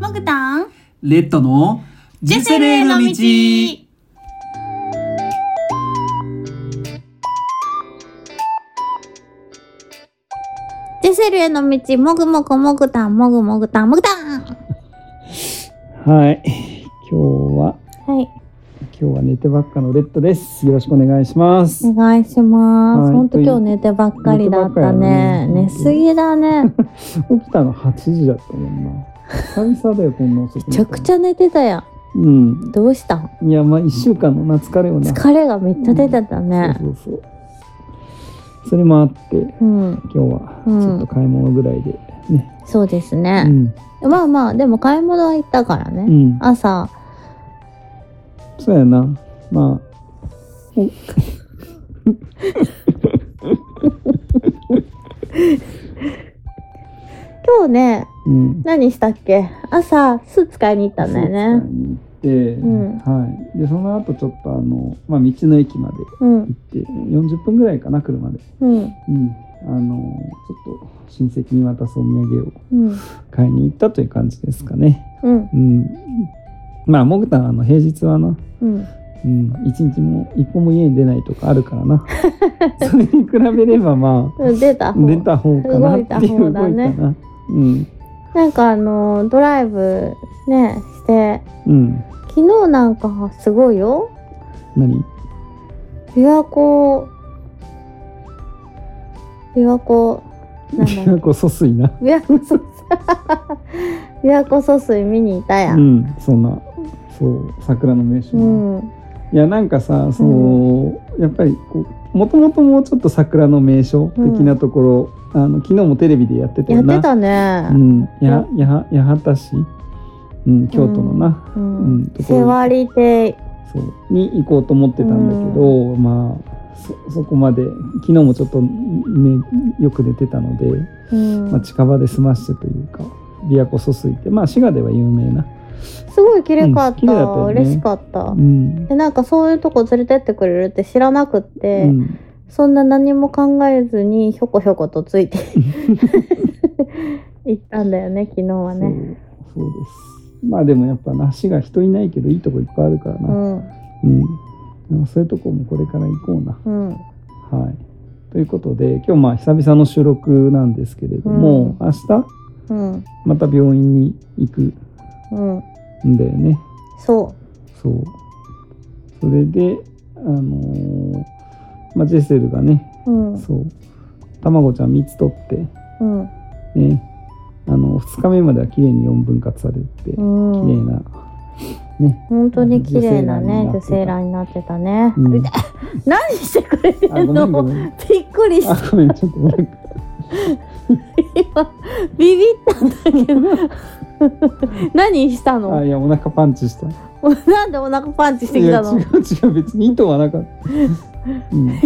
もぐたんレッドのジェセルへの道ジェセルへの道、もぐもぐもぐたん、もぐもぐたん、もぐたん。ははい。今日は、い、今日は寝てばっかのレッドです。よろしくお願いします。お願いしまはす。いほんと今日寝てばっかりだったね。寝寝てばっかすりぎだね。起きたの8時だったもんな。久々だよ、こんな遅く。めちゃくちゃ寝てたやうん。ん。どうしたんいや、まあ、1週間のな疲れをな。疲れがめっちゃ出てたね。そうそうそう。それもあって、うん、今日は、うんちょっと買い物ぐらいで、ね。そうですうね。ん。まあまあ、でも買い物は行ったからうね。ん。朝、そうやな。まあ、今日ね、うん。何したっけ朝、スーツ買いに行ったんだよね。に行って、はい。で、その後ちょっと、あの、まあ、道の駅までうん、行って、40分ぐらいかな、車で。うん、うん、あのちょっと親戚に渡すお土産をうん、買いに行ったという感じですかね。うん、うん、まあもぐたんあの平日はな、うん。うん、一日も一歩も家に出ないとかあるから なそれに比べればまあうん出た方出た方かなっていう動い動いた方だたねな。うんなんかあのドライブねしてうん昨日なんかすごいよ何琵琶湖琵琶湖 なんだっ 琵琶湖疎水な。け琵琶湖疎水琵琶湖疎水見に行ったや、うんんそんなそう桜の名所うな、んいやなんかさその、やっぱりこうもともともうちょっと桜の名所的なところ、あの昨日もテレビでやってたやよっなてたね、うん、ややは八幡市、うん、京都のな、うんうんところ世話り亭そうに行こうと思ってたんだけど、まあそそこまで昨日もちょっと、ね、よく寝てたので、うんまあ、近場で済ましてというか琵琶湖疎水ってまあ滋賀では有名な、すごい綺麗かった,、うん綺麗だったよね嬉しかったうんでなんかそういうとこ連れてってくれるって知らなくっうて、ん、そんな何も考えずにひょこひょことつ いて行ったんだよね昨日はね。そうそうですまあでもやっぱな滋賀人いないけどいいとこいっぱいあるからな、うんうん、なんかそういうとこもこれから行こうな。うんはい、ということで今日まあ久々の収録なんですけれども、明日うんまた病院に行くうんんだよね。そそうそれで、あのーまあ、ジェセルがねううんそう卵ちゃん3つ取って、うんね、あの2日目までは綺麗に4分割されて、う綺麗んな。ね、本当に綺麗なね女女性性欄欄になってたね。うんうた何してくれてあんごめんごのめん びっくりしあたごめんちょっとなんか今ビビったんだけど何したあのいやお腹パンチした。なんでお腹パンチしてきたのいや違う違う別に意図はなかった、 うんなんか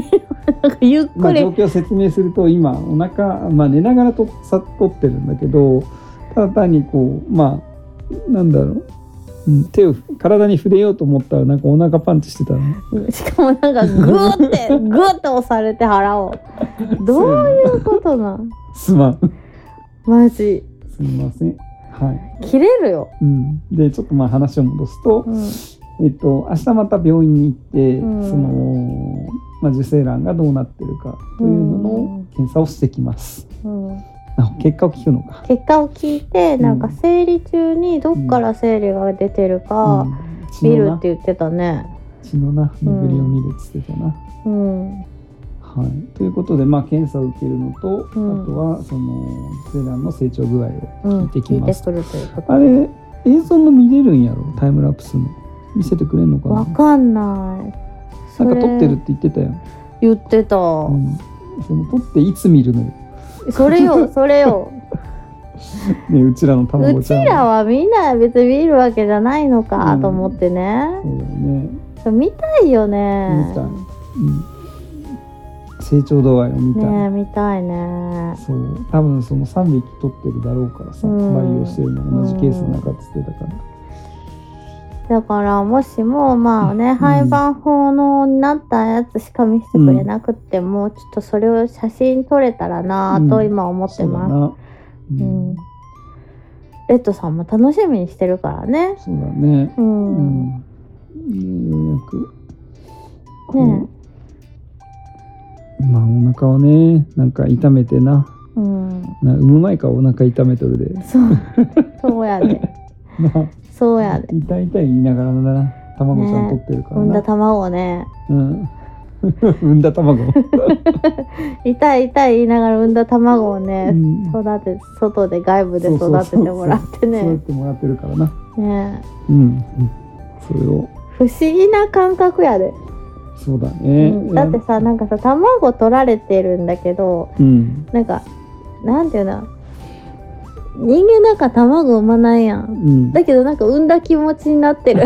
ゆっまくあ、り状況を説明すると今お腹、まあ、寝ながらとさ取ってるんだけどただ単にこうまあなんだろう、うん、手を体に触れようと思ったらなんかお腹パンチしてたのしかもなんかグー ってグーって押されて腹をどういうことなんすまんマジすみませんはい、切れるよ、うん、でちょっとまあ話を戻すと、うんえっと、明日また病院に行って、うんその、まあ、受精卵がどうなってるかというのうのん検査をしてきます、うん、あ結果を聞くのか結果を聞いてなんか生理中にどっから生理が出てるかうん血の見るなって言ってたね血のなうん巡りを見るっつってたな。うんはい、ということで、まあ、検査を受けるのと、うんあとはそのセランの成長具合をうん聞いてきます。くるということあれ映像も見れるんやろタイムラプスの見せてくれんのかなわかんないそなれんか撮ってるって言ってたよ、言ってた、うん、その撮っていつ見るのよ、それ よそれよね、うちらの卵うちちゃんらはみんな別に見るわけじゃないのかと思ってね、そうだよね、そう見たいよね見たい、うん、成長度合いを見たい、ねえ見たいねそう多分その3匹取ってるだろうからさ、うん培養してるの同じケースの中っつってたから、だからもしもまあね、うん廃盤法のなったやつしか見せてくれなくって、もうちょっとそれを写真撮れたらなぁと今思ってそうだます、な。うんうんレッドさんも楽しみにしてるからねそうだね。う、うんん。ようやく。こうまあお腹をねなんか痛めてなうん、な産む前からお腹痛めとるで、そうそうやでまあ、そうやで痛い痛い言いながらだな卵ちゃん取ってるから産んだな、卵をねうん、 産んだ卵、痛い痛い言いながら産んだ卵をうね、ん、そう育て外で外部で育ててもらってやっねてもらってるからなねうん、それを不思議な感覚やで、そうだね、うんだってさなんかさ卵取られてるんだけどうんなんかなんていうの人間なんか卵産まないやんうんだけどなんか産んだ気持ちになっ てる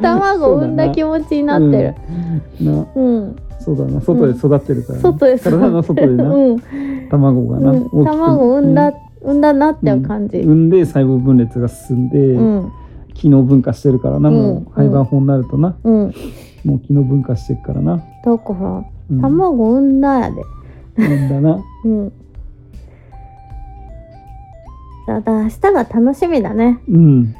卵を産んだ気持ちになってるうんなうん、そうだな外で育ってるから、ね外で育ってる体の外でな、うん卵がな、うん大きく卵を産んだ、産んだなっていう感じ、産んで細胞分裂が進んで、うん機能分化してるからな、うんもう廃盤法になるとな、うん、だもう機能分化してるからな、からうん、卵産んだやでなんだなうんだだ明日が楽しみだねうん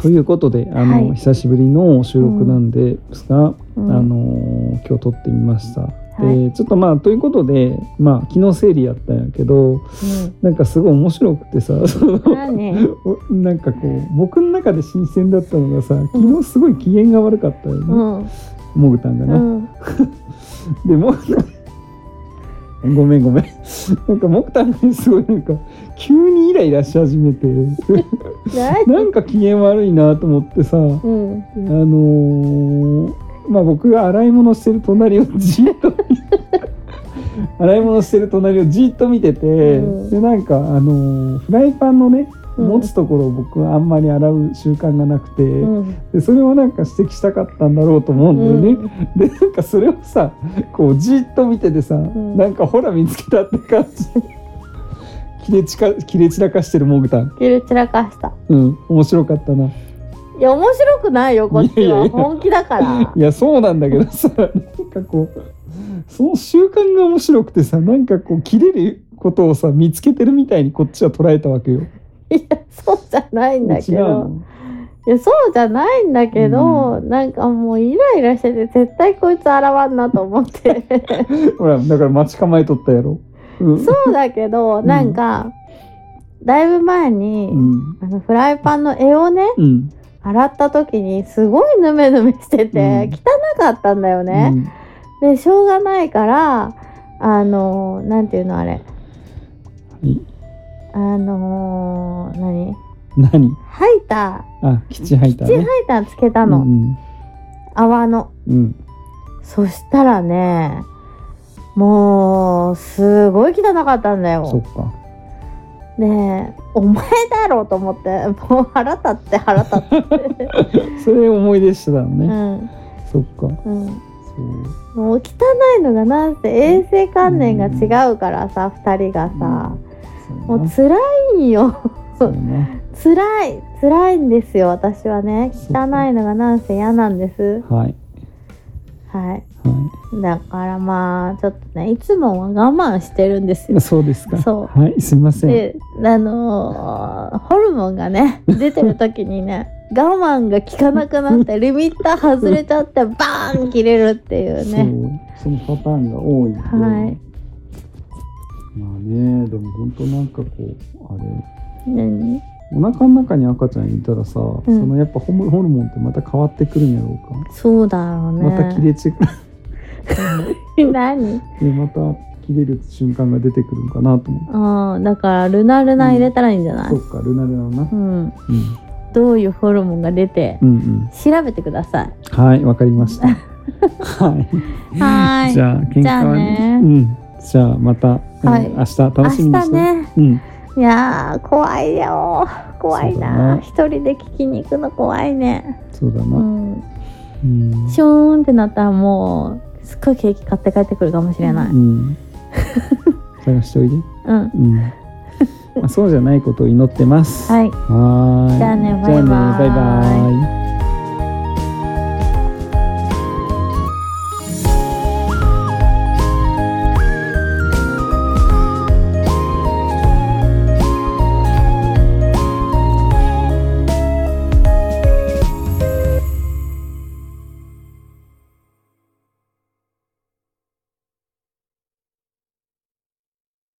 ということであの、はい久しぶりの収録なんですが、うんあの今日撮ってみました、いでちょっとまあということでまあ昨日整理やったんやけどなんかすごい面白くてさそのうん、何 おなんかこう僕の中で新鮮だったのがさ昨日すごい機嫌が悪かったよね、うんモグタンがうな、んでも ごめんごめんなんかモクタンがすごいなんか急にイライラし始めて 何なんか機嫌悪いなと思ってさあうんのーまあ僕が洗い物してる隣をじーっと洗い物してる隣をじーっと見てて、うんでなんかあのーフライパンのねうん持つところを僕はあんまり洗う習慣がなくて、うんでそれをなんか指摘したかったんだろうと思うんだよね。でなんかそれをさこうじっと見ててさ、んなんかほら見つけたって感じ 切れちか切れ散らかしてるモグタンいろいろ散らかしたうん面白かったないや面白くないよこっいちやいやいはや本気だからいやそうなんだけどさ なんかこうその習慣が面白くてさなんかこう切れることをさ見つけてるみたいにこっちは捉えたわけよいやそうじゃないんだけ違うどのいやそうじゃないんだけど、うなんかもうイライラしてて絶対こいつ現んなと思ってほらだから待ち構えとったやろうんそうだけどうんなんか、だいぶ前に、うんあのフライパンの絵をねうん洗った時にすごいヌメヌメしてうて、ん汚かったんだよね、でしょうがないからあのなんていうのあれうんあの何何ハイタあ基地入ったーねチンハイターつけたの、うん泡のうんそしたらねもうすごい汚かったんだそっよ。かでお前だろうと思ってもう腹立って腹立って、それ思い出してたのうね、んそっかうん、そうもう汚いのがなんせ衛生観念が違うからさ2人がさそうもうな辛いんよそうね辛い辛いんですよ私はね汚いのがなんせ嫌なんですはいはいはだからまあちょっとねいつもは我慢してるんですよいそうですかそうはいすいませんであのーホルモンがね出てる時にね 我慢が効かなくなってリミッター外れちゃってバーン切れるっていうねそうそのパターンが多いんではいまあねでも本当なんかこうあれ何お腹の中に赤ちゃんいたらさ、そのやっぱホルホルモンってまた変わってくるんやろうか、そうだろうねまた切れち何また切れる瞬間が出てくるんかなと思って、あーだからルナルナ入れたらいいんじゃない、そっかルナルナのなう、んうん、どういうホルモンが出てうんうん調べてください はいわかりましたはいはーいじゃあ喧嘩じゃあはねうん。じゃあまた、うんはい明日楽しみに明し日て。ねうん。いやー怖いよ怖いな、そ一人で聞きに行くの怖いねそうだうな。んうん。ショーンってなったらもうすっごいケーキ買って帰ってくるかもしれない。うん。探しておいで。うん。うん。 まあ、そうじゃないことを祈ってます。はいはーい。じゃあねじゃあねバイバイバイバイ